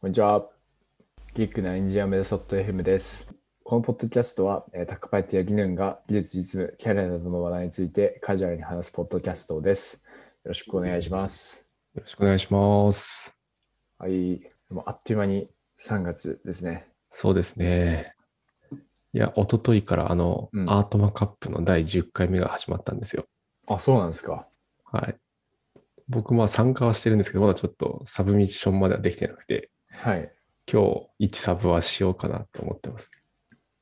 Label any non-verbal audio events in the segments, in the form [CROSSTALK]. こんにちは。ギークなエンジニアメダソット FM です。このポッドキャストは、えータックパイティや技能が技術、実務、キャリアなどの話題についてカジュアルに話すポッドキャストです。よろしくお願いします。よろしくお願いします。はい。でもあっという間に3月ですね。そうですね。いや、一昨日からあの、うんアートマカップの第10回目が始まったんですよ。あ、そうなんですか。はい。僕、まあ参加はしてるんですけど、まだちょっとサブミッションまではできてなくて、はい。今日1サブはしようかなと思ってます。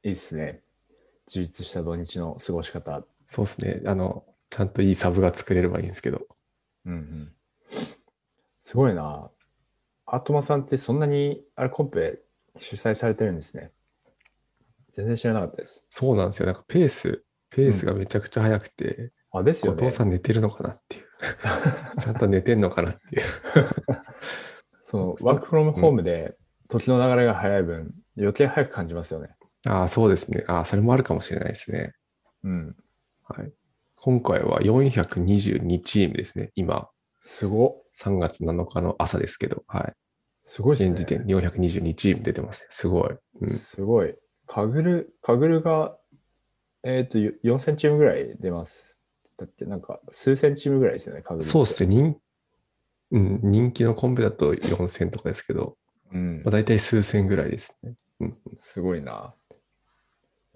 いいですね。充実した土日の過ごし方。そうですね。あの、ちゃんといいサブが作れればいいんですけど。うんうん。すごいな。アートマさんってそんなに、あれ、コンペ主催されてるんですね。全然知らなかったです。そうなんですよ。なんかペース、ペースがめちゃくちゃ速くて、あ、ですよ後ね藤。さん寝てるのかなって [LAUGHS] いう。ちゃんと寝てんのかなっていう。そのワークフロムホームで時の流れが早い分、余計早く感じますよね。ああ、そうですね。ああ、それもあるかもしれないですね。うん。はい。今回は422チームですね。今、すご。 3月7日の朝ですけど、はい。すごいです現時ね。点422チーム出てますね。すごい。うん、すごい。かぐる、かぐるが、えっ、と、4センチームぐらい出ます。だってなんか数センチームぐらいですよね、かぐる。そうですね。ね。人うん、人気のコンペだと4000とかですけど、うんまあ、。大体数千ぐらいですね。すごいな。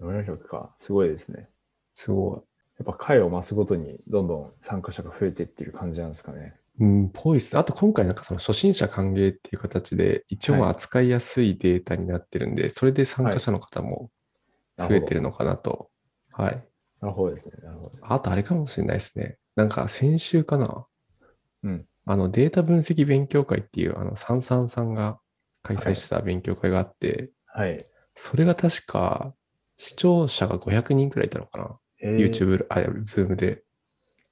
400か。すごいですね。すごやっぱ回を増すごとに、どんどん参加者が増えていってる感じなんですかね。い。うん、ぽいですね。あと今回なんかその初心者歓迎っていう形で、一応まあは扱いやすいデータになってるんで、それで参加者の方もな増えてるの。のかなと。はい。なるほどですね。なるほど。あとあれかもしれないですね。なんか先週かな。うんあのデータ分析勉強会っていう、あの、サンサンさんが開催した勉強会があって、はい。それが確か視聴者が500人くらいいたのかな。えー。 YouTube、あ、Zoom で。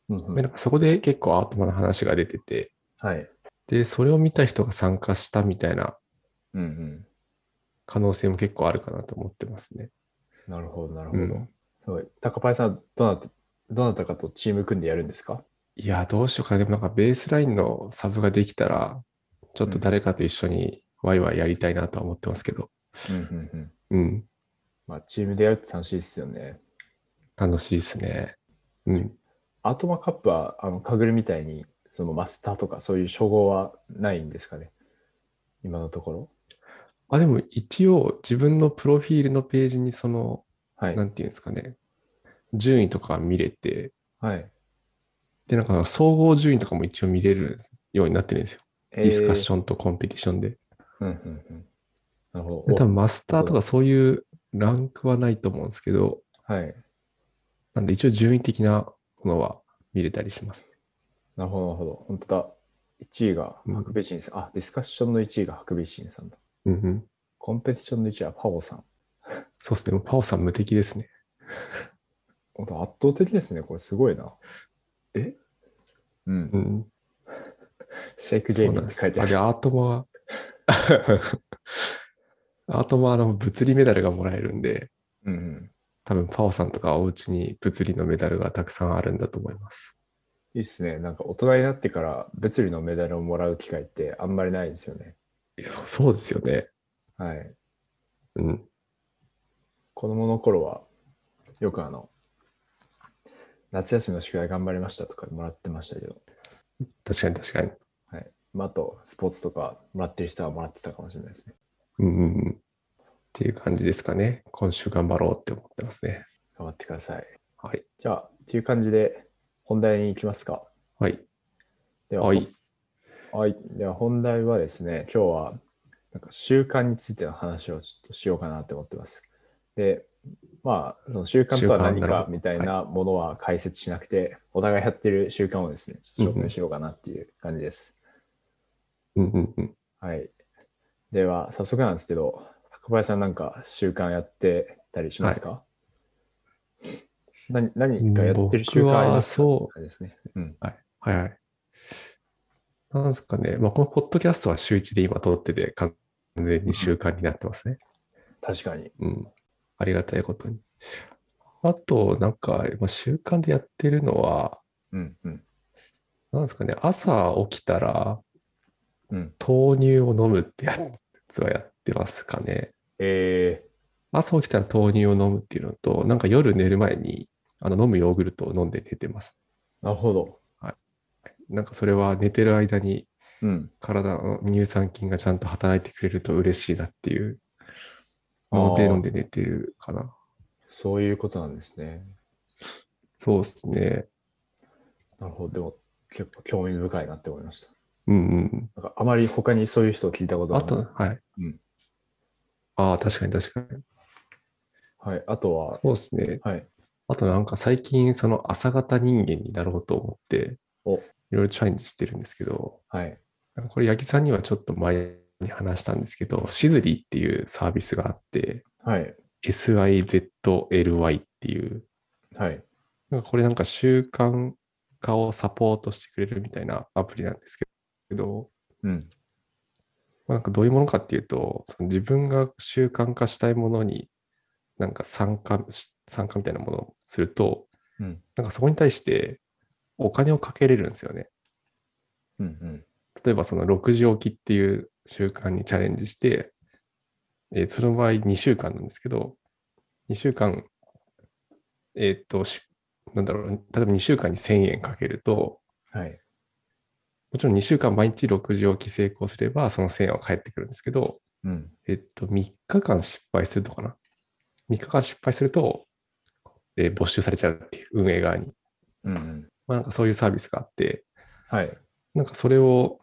うんうでんなんかそこで結構アートマの話が出てて、はい。で、それを見た人が参加したみたいなうんうん。可能性も結構あるかなと思ってますね。なるほど、なるほうど。ん。すごい。高パイさん、どなた、どなたかとチーム組んでやるんですかいや、どうしようかな。でもなんかベースラインのサブができたら、ちょっと誰かと一緒にワイワイやりたいなとは思ってますけど。うんうんうん。うん。まあ、チームでやるって楽しいですよね。楽しいですね。うん。アートマカップは、あの、かぐるみたいに、そのマスターとかそういう称号はないんですかね今のところ。あ、でも一応自分のプロフィールのページにその、はいな。んていうんですかね、順位とか見れて、はい。で、なんか総合順位とかも一応見れるようになってるんですよ。デディスカッョン。ションとコンペティションで。うんうんうん。なるほでど。多分マスターとかそういうランクはないと思うんですけど、おはい。なんで一応順位的なものは見れたりします。なるほど、なるほど。本当だ。1位がうんハクビシンさん。あ、ディスカッションの1位がハクビシンさんだ。うんうん。コンペティションの1位はパオさん。そうですね。もうパオさん無敵ですね。本当圧倒的ですね。これすごいな。えうんう。ん。シェイクそゲーうムなっんでてす書いてああでる。アートマ [LAUGHS] アートマあの物理メダルがもらえるんで、うんうん。多分パオさんとかお家に物理のメダルがたくさんあるんだと思います。いいっすね。なんか大人になってから物理のメダルをもらう機会ってあんまりないですよね。そそうですよね。はい。うん。子供の頃は、よくあの、夏休みの宿題頑張りましたとかもらってましたけど、確かに確かに。はい。まあ、あと、スポーツとかもらってる人はもらってたかもしれないですね。うんうんうん。っていう感じですかね。今週頑張ろうって思ってますね。頑張ってください。はい。じゃあ、っていう感じで、本題に行きますか。はい。では、はい。はい。では本題はですね、今日はなんか習慣についての話をちょっとしようかなと思ってます。で、まあ、その習慣とは何習慣なるかほどみたいなものは解説しなくて、お互いやってる習慣をですね、ちょっと紹介しようかなっていう感じです。うんうんうん。はい。では、早速なんですけど、高林さんなんか習慣やってたりしますか、何何かやってる習慣あり僕はますかそうあれですね。うん。はい。はいはい。なんですかね。まあ、このポッドキャストは週1で今撮ってて、完全に習慣になってますね。確かに。うん。ありがたいことに。あと、なんか、まあ、習慣でやってるのは、うんうん。なんですかね、朝起きたらうん、豆乳を飲むってやつはやってますかね。え朝起きたら豆乳を飲むっていうのと、なんか夜寝る前にあの飲むヨーグルトを飲んで寝てます。ー、なるほど。なんかそれは寝てる間にうん。体の乳酸菌がちゃんと働いてくれると嬉しいなっていうので飲んで寝てるかな。そういうことなんですね。そうですね。なるほど。でも、結構興味深いなって思いました。うんうん。なんかあまり他にそういう人を聞いたことがあない。と、はい。うんああ、確かに確かに。はい、あとは、そうですね。はい。あとなんか最近その朝型人間になろうと思って、いおろいろチャレンジしてるんですけど、はい。なんかこれ八木さんにはちょっと前に話したんですけど、シズリーっていうサービスがあって、はい。 SIZLY っていう、はい。なんかこれなんか習慣化をサポートしてくれるみたいなアプリなんですけど、うん。まあなんかどういうものかっていうと、その自分が習慣化したいものに、なんか参加し、参加みたいなものをすると、うんなんかそこに対してお金をかけれるんですよね。うん。うん。例えばその6時起きっていう習慣にチャレンジして、えーその場合2週間なんですけど、2週間、えーっと、しなんだろう、例えば2週間に1000円かけると、はい。もちろん2週間毎日6時起き成功すれば、その1000円は返ってくるんですけど、うん。えっと、3日間失敗するとかな。3日間失敗すると、えー没収されちゃうっていう、運営側に。うん。うん。まあ、なんかそういうサービスがあって、はい。なんかそれを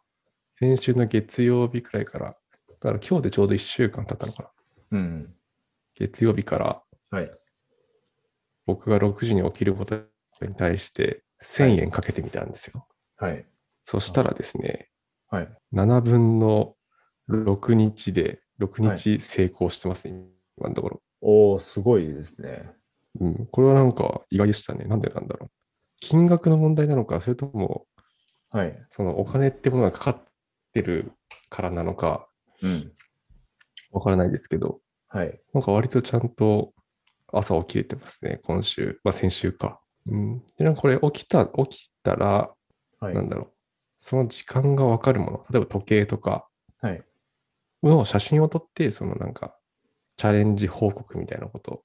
先週の月曜日くらいから、だから今日でちょうど1週間経ったのかうな。ん。月曜日からはい。僕が6時に起きることに対して1000円かけてみたんですよ。はい。そしたらですね、はい。 7分の6日で、6日成功してますね、今のところ。おー、すごいですね。うん、これはなんか意外でしたね。なんでなんだろう。金額の問題なのか、それとも、はい。そのお金ってものがかかってるからなのか、うん。わからないですけど、はい。なんか割とちゃんと朝起きれてますね、今週、まあ先週か。うん。で、なんかこれ起きた、起きたら、はい。なんだろう、その時間がわかるもの、例えば時計とかはい。の写真を撮って、そのなんか、チャレンジ報告みたいなことを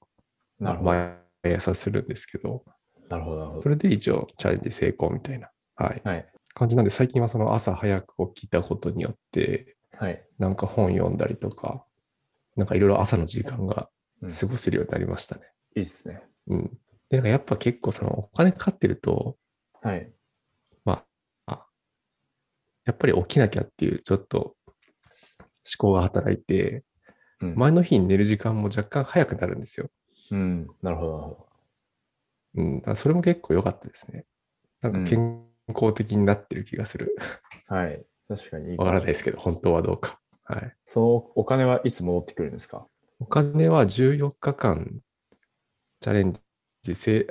なるほど。毎朝するんですけど、なるほど。なるほそど。れで一応チャレンジ成功みたいな、はい、はい。感じなんで、最近はその朝早く起きたことによって、はい。なんか本読んだりとか、なんかいろいろ朝の時間がうん過ごせるようになりましたね。いいっすね。うん。で、なんかやっぱ結構そのお金かかってると、はい。やっぱり起きなきゃっていうちょっと思考が働いて、うん。前の日に寝る時間も若干早くなるんですよ。うん。なるほど。なるほど。うん。だからそれも結構良かったですね。なんうかん健康的になってる気がする。はい。確かにいいわからないですけど、本当はどうか。はい。そのお金はいつ戻ってくるんですかお金は14日間チャレンジせ、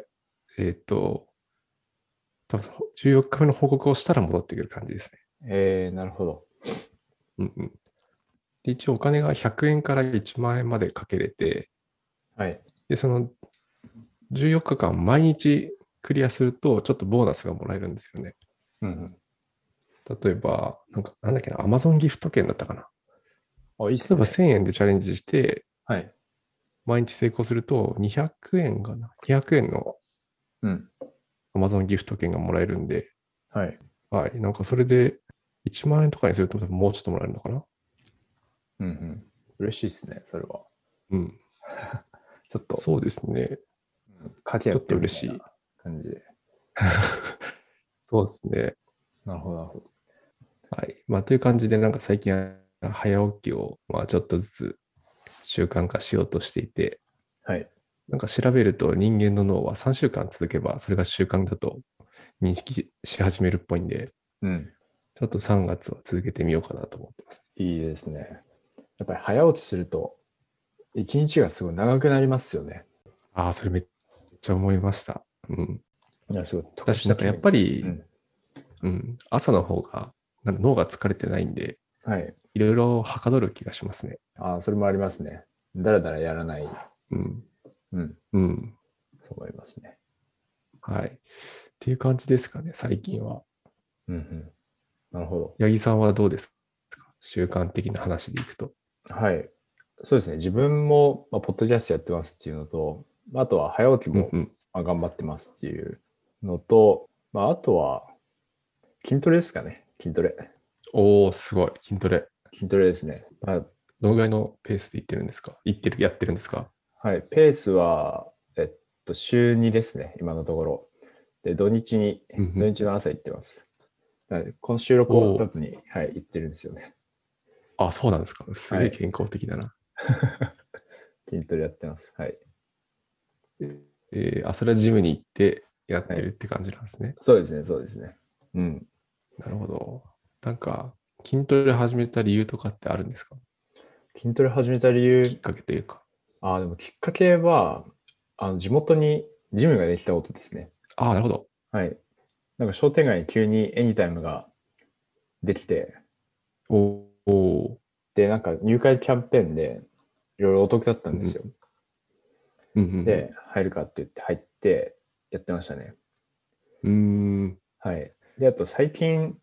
えっ、と、多分14日目の報告をしたら戻ってくる感じですね。えー、なるほど。うんうんで一応お金が100円から1万円までかけれて、はい。で、その14日間毎日クリアすると、ちょっとボーナスがもらえるんですよね。うん。例えば、なんか、なんだっけな、Amazon ギフト券だったかな。あ、いいっ例すえばね。 1000円でチャレンジして、はい。毎日成功すると、200円かな。200円のうん。 Amazon ギフト券がもらえるんで、はい。はい。なんかそれで1万円とかにすると、もうちょっともらえるのかな。うんうん。嬉しいですね、それは。うん。ちょっと、そうですね。かけ合ってるみたちょっと嬉しいな感じで。そうですね。なるほど、なるほど。はい。まあ、という感じで、なんか最近は早起きを、まあ、ちょっとずつ習慣化しようとしていて、はい。なんか調べると人間の脳は3週間続けば、それが習慣だと認識し始めるっぽいんで、うん。ちょっと3月は続けてみようかなと思ってます。いいですね。やっぱり早起きすると、一日がすごい長くなりますよね。ああ、それめっちゃ思いました。うん。いや、すごい特私、殊ななんかやっぱり、うんうん、朝の方が、なんか脳が疲れてないんで、はい。いろいろはかどる気がしますね。ああ、それもありますね。だらだらやらない。うん。うん。うん。そう思いますね。はい。っていう感じですかね、最近は。うんうん。なるほ八木さんはどうですか習慣的な話でいくと。ど。はい。そうですね。自分も、まあ、ポッドキャストやってますっていうのと、あとは早起きうんも、うん。まあ、頑張ってますっていうのと、まあ、あとは筋トレですかね。筋トレ。おー、すごい。筋トレ。筋トレですね。まあ、どのぐらいのペースで行ってるんですか行ってる、やってるんですかはい、ペースは、えっと、週2ですね、今のところ。で、土日に、うんう土ん日の朝行ってます。だからこの収録終わった後に、はい、行ってるんですよね。あ、そうなんですか。すげはえい健康的だな。筋トレやってます。はい。えー、あ、それはジムに行ってやってるって感じなんですね。そうですね、そうですね。うん。なるほど。なんか、筋トレ始めた理由とかってあるんですか筋トレ始めた理由きっ、かけというか。あ、でもきっかけは、あの地元にジムができたことですね。ああ、なるほど。はい。なんか商店街に急にエニタイムができて、おおで、なんか入会キャンペーンで、いろいろお得だったんですよ。ー。うんうんうん、で、入るかって言って入ってやってましたね。うーん。はい。で、あと最近、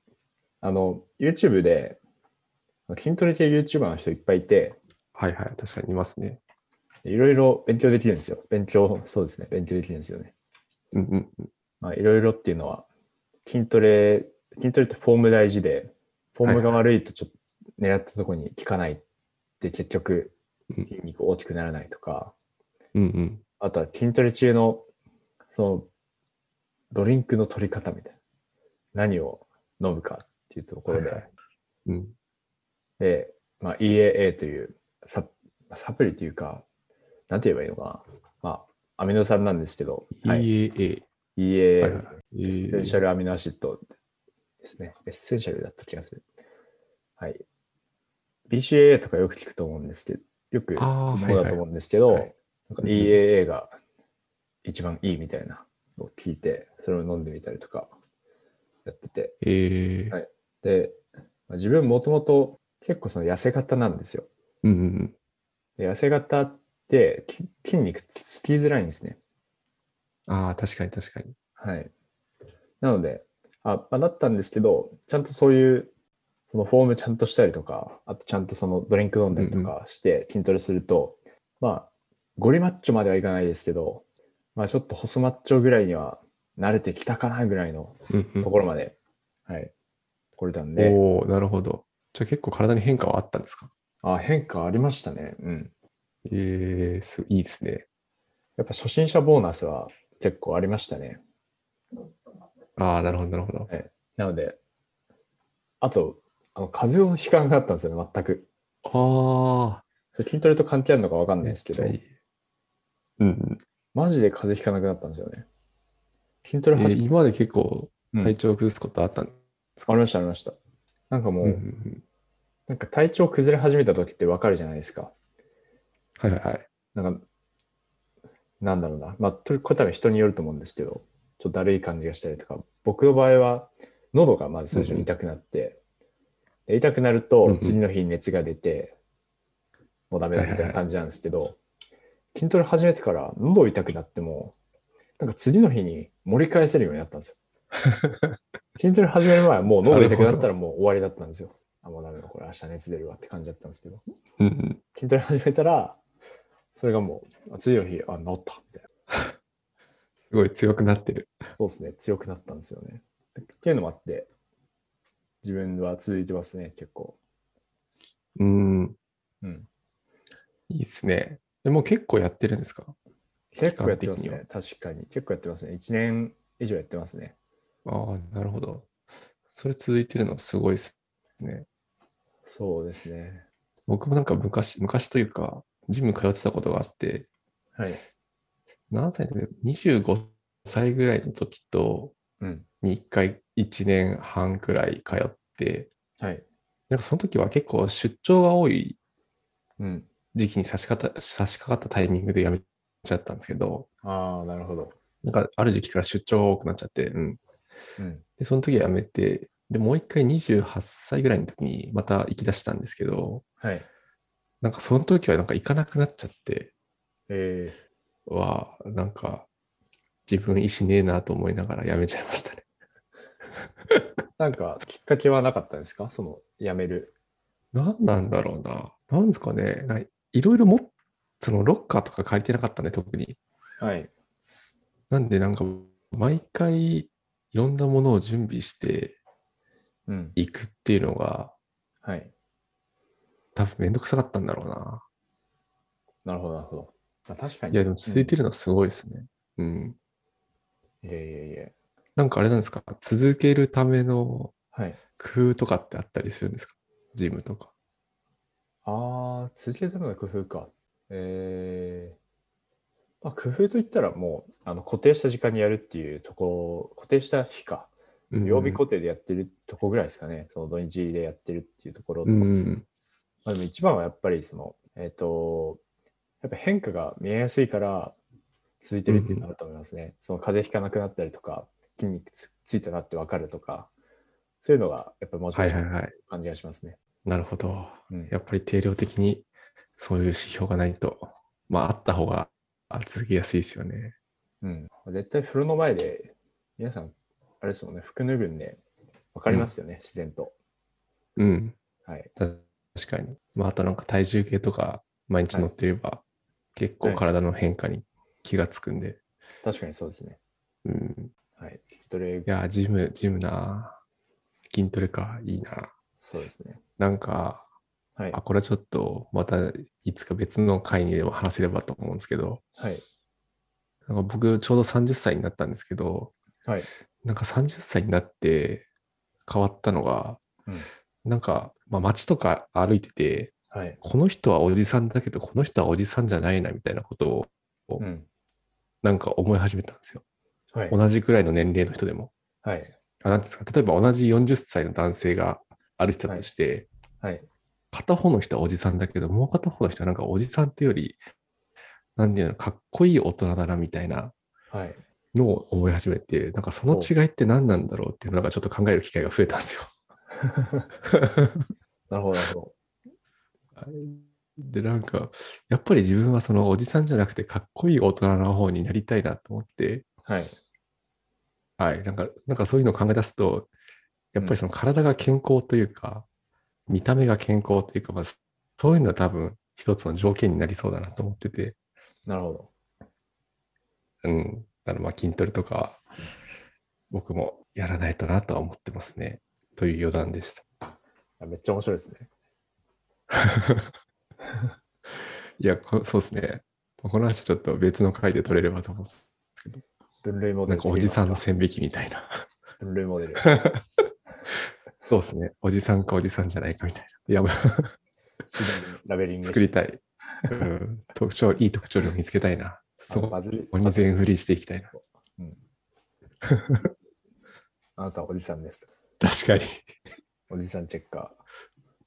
あの、YouTube で、筋トレ系 YouTuber の人いっぱいいて、はいはい。確かにいますね。いろいろ勉強できるんですよ。勉強、そうですね。勉強できるんですよね。うんうん。まあ、いろいろっていうのは、筋トレ、筋トレってフォーム大事で、フォームが悪いとちょっと狙ったところに効かないって結局うん筋肉大きくならないとか、うんうん。あとは筋トレ中の、その、ドリンクの取り方みたいな。何を飲むかっていうところで、はいはいうん。で、まあ、EAA というササプリというか、なんて言えばいいのかな。まあ、アミノ酸なんですけど、はい、 EAA。 EAA、はいはいエッセンシえャルアミノアシッドですね。エッセンシャルだった気がする。はい。BCAA とかよく聞くと思うんですけど、よくーあー、はいものだはと思い。うんですけど、はいはいなんか EAA が一番いいみたいなのを聞いて、それを飲んでみたりとかやってて、えーはいで、まあ自分もともと結構その痩せ型なんですよ。うんうんうん。で痩せ型ってき筋肉つきづらいんですね。ああ、確かに確かに。はい。なので、あまあ、だったんですけど、ちゃんとそういう、そのフォームちゃんとしたりとか、あとちゃんとそのドリンク飲んだりとかして筋トレすると、まあ、ゴリマッチョまではいかないですけど、まあちょっと細マッチョぐらいには慣れてきたかなぐらいのうんうんところまで、はい、来れたんで、おおなるほど。じゃあ結構体に変化はあったんですかあ変化ありましたね。うん。ええすいいですね。やっぱ初心者ボーナスは結構ありましたね。ああ、なるほど、なるほど。なので、あと、あの風邪をひかなかったんですよね、全く。ああ、それ筋トレと関係あるのかわかんないめっですけちどゃ、いい。うんうん。マジで風邪ひかなくなったんですよね。筋トえレ始ーめ、今まで結構うん体調を崩すことあったんありました、ありました。なんかもう、うんうんうんなんか体調崩れ始めた時ってわかるじゃないですか。はいはいはい。なんか、なんだろうな。まあ、とこれ多分人によると思うんですけど、ちょっとだるい感じがしたりとか、僕の場合は、喉がまず最初に痛くなって、で痛くなるうんうとん次の日に熱が出て、もうダメだみたいな感じなんですけど、筋トレ始めてから喉痛くなっても、なんか次の日に盛り返せるようになったんです [LAUGHS] よ。筋トレ始める前はもう喉痛くなったらもう終わりだったんですよ。あ、もうダメだ、これ明日熱出るわって感じだったんですけど。うんうん、筋トレ始めたら、それがもう、あ次の日、あ、治った、みたいすごい強くなってる。な。そうですね、強くなったんですよね。っていうのもあって、自分は続いてますね、結構。うん。うん。いいっすね。でもう結構やってるんですか結構やってます期間ね、確かに。結構やってますね。1年以上やってますね。ああ、なるほど。それ続いてるのすごいっすね。そうですね。僕もなんか昔、昔というか、ジム通ってたことがあって、はい。何歳だっけ ?25 歳ぐらいの時と、うん。に1回1年半くらい通って、はい。なんかその時は結構出張が多いうん。時期に差し掛かった差し掛かったタイミングで辞めちゃったんですけど、ああ、なるほど。なんかある時期から出張が多くなっちゃって、うんうん。で、その時は辞めて、で、もう一回28歳ぐらいの時にまた行き出したんですけど、はい。なんかその時はなんか行かなくなっちゃってえは、なんか自分意思ねえなと思いながら辞めちゃいましたね。ー、なんか、きっかけはなかったんですかその、辞める。何なんだろうな。なんですかね。ないいろいろも、そのロッカーとか借りてなかったね、特に。はい。なんで、なんか、毎回、いろんなものを準備してうん。いくっていうのが、はい。多分めんどくさかったんだろうな。なるほど、なるほど。まあ、確かに。いや、でも続いてるのはすごいですね。うん。うん、いやいやいや。なんかあれなんですか続けるためのはい。工夫とかってあったりするんですかジムとか。ああ、続けるための工夫か。えーまあ、工夫といったらもうあの固定した時間にやるっていうとこ固定した日か、うん曜日固定でやってるとこぐらいですかね、その土日でやってるっていうところと、うんまうん。あ、でも一番はやっぱりその、えっ、と、やっぱ変化が見えやすいから続いてるっていうのがあると思いますね。その風邪ひかなくなったりとか、筋肉つついたなってわかるとか、そういうのがやっぱモチはベーいションになはいるはい。感じがしますね。なるほど。うんやっぱり定量的にそういう指標がないと、まああった方があ続きやすいですよね。うん、絶対風呂の前で、皆さん、あれですもんね、服脱ぐんで、わかりますよね、自然と。うん。はい。た確かに。まああとなんか体重計とか毎日乗ってれば、結構はい体の変化に気がつくんで。確かにそうですね。うん。はい。筋トレい、やー、ジム、ジムなー筋トレか、いいなそうですね。なんか、はいあ、。これはちょっとまたいつか別の回にでも話せればと思うんですけど、はい。なんか僕ちょうど30歳になったんですけど、はい。なんか30歳になって変わったのが、うんなんか、まあ、街とか歩いてて、はい。この人はおじさんだけど、この人はおじさんじゃないなみたいなことをうん。なんか思い始めたんですよ。はい。同じくらいの年齢の人でも。はい。あなんていうんですか例えば同じ40歳の男性が歩いてたとして、はい。片方の人はおじさんだけど、もう片方の人はなんかおじさんっていうより、なんていうの、かっこいい大人だなみたいな [LAUGHS] はい。のを思い始めて、なんかその違いって何なんだろうっていうのがちょっと考える機会が増えたんですよ。なるほど、なるほど。で、なんか、やっぱり自分はそのおじさんじゃなくてかっこいい大人の方になりたいなと思って、はい。はい、なんか、なんかそういうのを考え出すと、やっぱりその体が健康というか、見た目が健康というか、まあ、そういうのは多分一つの条件になりそうだなと思ってて、なるほど。うん。だからまあ筋トレとか、僕もやらないとなとは思ってますね。という余談でした。あめっちゃ面白いですね。いや、こそうですね。この話ちょっと別の回で取れればと思うんですけど、分類モデなルんか作おりじますか。さんの線引きみたいな。分類モ [LAUGHS] デル。そうですね。おじさんかおじさんじゃないかみたいな。いや、まあシンプルにラベリング作りた [LAUGHS] い。うん、特徴、いい特徴を見つけたいな。そそう。こバズる。に全振りしていきたいな。うん。あなたはおじさんです。確かに。おじさんチェッカ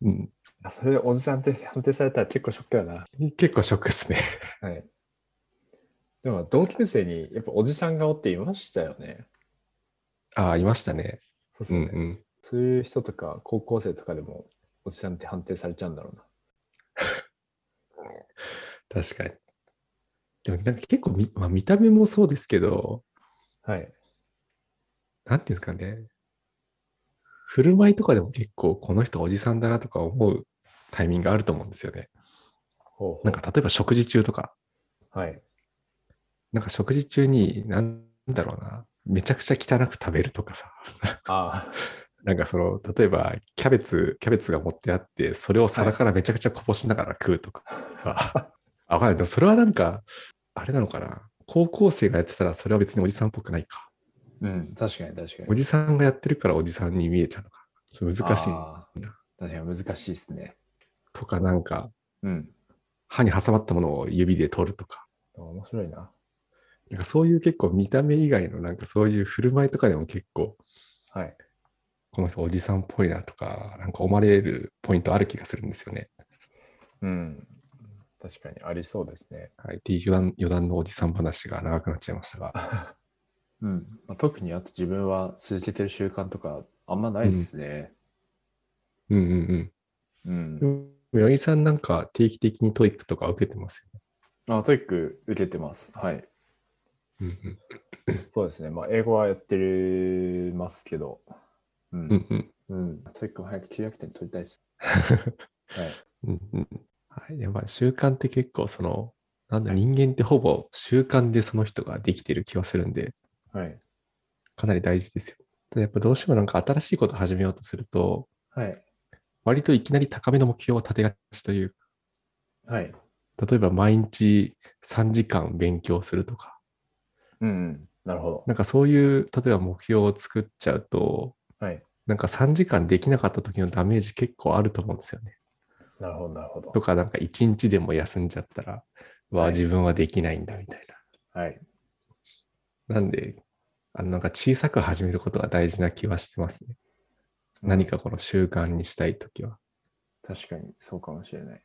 うん、ー。あそれでおじさんって判定されたら結構ショックだな。結構ショックですね。はい。でも同級生にやっぱおじさん顔っていましたよね。ああ、いましたね。そうですうよんね、うん。そういう人とか高校生とかでもおじさんって判定されちゃうんだろうな。確かに。でもなんか結構み、まあ、見た目もそうですけど、はい。なんていうんですかね。振る舞いとかでも結構この人おじさんだなとか思うタイミングがあると思うんですよね。ほうほうなんか例えば食事中とか、はい。なんか食事中になんだろうな、めちゃくちゃ汚く食べるとかさ、あなんかその、例えばキャベツ、キャベツが持ってあって、それを皿からめちゃくちゃこぼしながら食うとかさ、あ、わかんないでもそれはなんか、あれなのかな。高校生がやってたらそれは別におじさんっぽくないか。あ。うん。確かに確かに。おじさんがやってるからおじさんに見えちゃうのか。ちょっと難しい。あー確かに難しいですね。とかなんか、うん。歯に挟まったものを指で取るとか、面白いな。なんかそういう結構見た目以外のなんかそういう振る舞いとかでも結構、はい。この人おじさんっぽいなとか、なんか思われるポイントある気がするんですよね。うん。確かにありそうですね。はい。っていう余談余談のおじさん話が長くなっちゃいましたが、うん。まあ、特にあと自分は続けてる習慣とかあんまないですね。うんうんうん。うん。でも八木さんなんか定期的にトイックとか受けてますあトイック受けてます。はい。よね。うんそうですね。まあ、英語はやってるますけど。う。うんん。うんうん。うん。トイックも早く900点取りたいです。はい。うんうん。はい。やっぱ習慣って結構その、なんだ、人間ってほぼ習慣でその人ができてる気はするんで、はい。かなり大事ですよ。ただやっぱどうしてもなんか新しいこと始めようとすると、はい。割といきなり高めの目標を立てがちというはい。か、例えば毎日3時間勉強するとか、うん、うん。なるほど。なんかそういう、例えば目標を作っちゃうと、はい。なんか3時間できなかった時のダメージ結構あると思うんですよね。なるほど、なるほどと。か、なんか1日でも休んじゃったら、わはあ、い自分はできないんだみたいはい。な。なんで、あの、なんか小さく始めることが大事な気はしてますね。何かこの習慣にしたいときは。確かに、そうかもしれない。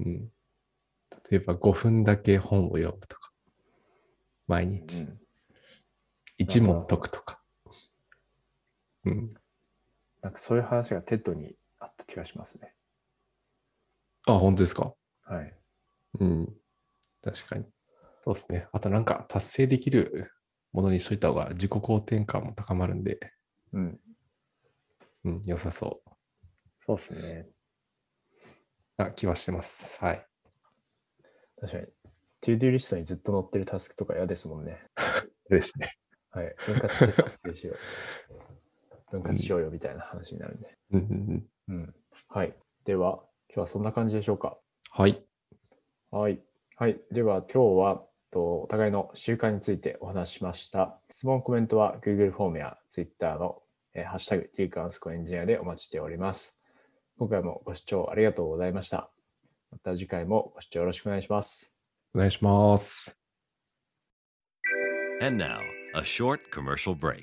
うん。例えば5分だけ本を読むとか、毎う日ん1問解くとか。うん。なんかそういう話がテッドにあった気がしますね。あ、本当ですか。はい。うん。確かに。そうですね。あとなんか達成できるものにしといた方が自己肯定感も高まるんで、うん。うん、良さそそうですね。うな気はしてます。はい。確かに。トゥードゥーリストにずっと載ってるタスクとか嫌ですもんね。ですね。はい。分割して達成しよ [LAUGHS] う。分割しようよみたいな話になるね。うんうんうん。うん。はい。では、今日はそんな感じでしょうか。はい。はい。はい。では、今日は、とお互いの習慣についてお話ししました。質問、コメントは Google フォームや Twitter の、えーハッシュタグ、キーカンスコエンジニアでお待ちしております。今回もご視聴ありがとうございました。また次回もご視聴よろしくお願いします。お願いします。 And now, a short commercial break.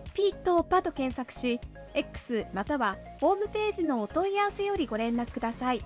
「ピーとパ」と検索し X またはホームページのお問い合わせよりご連絡ください。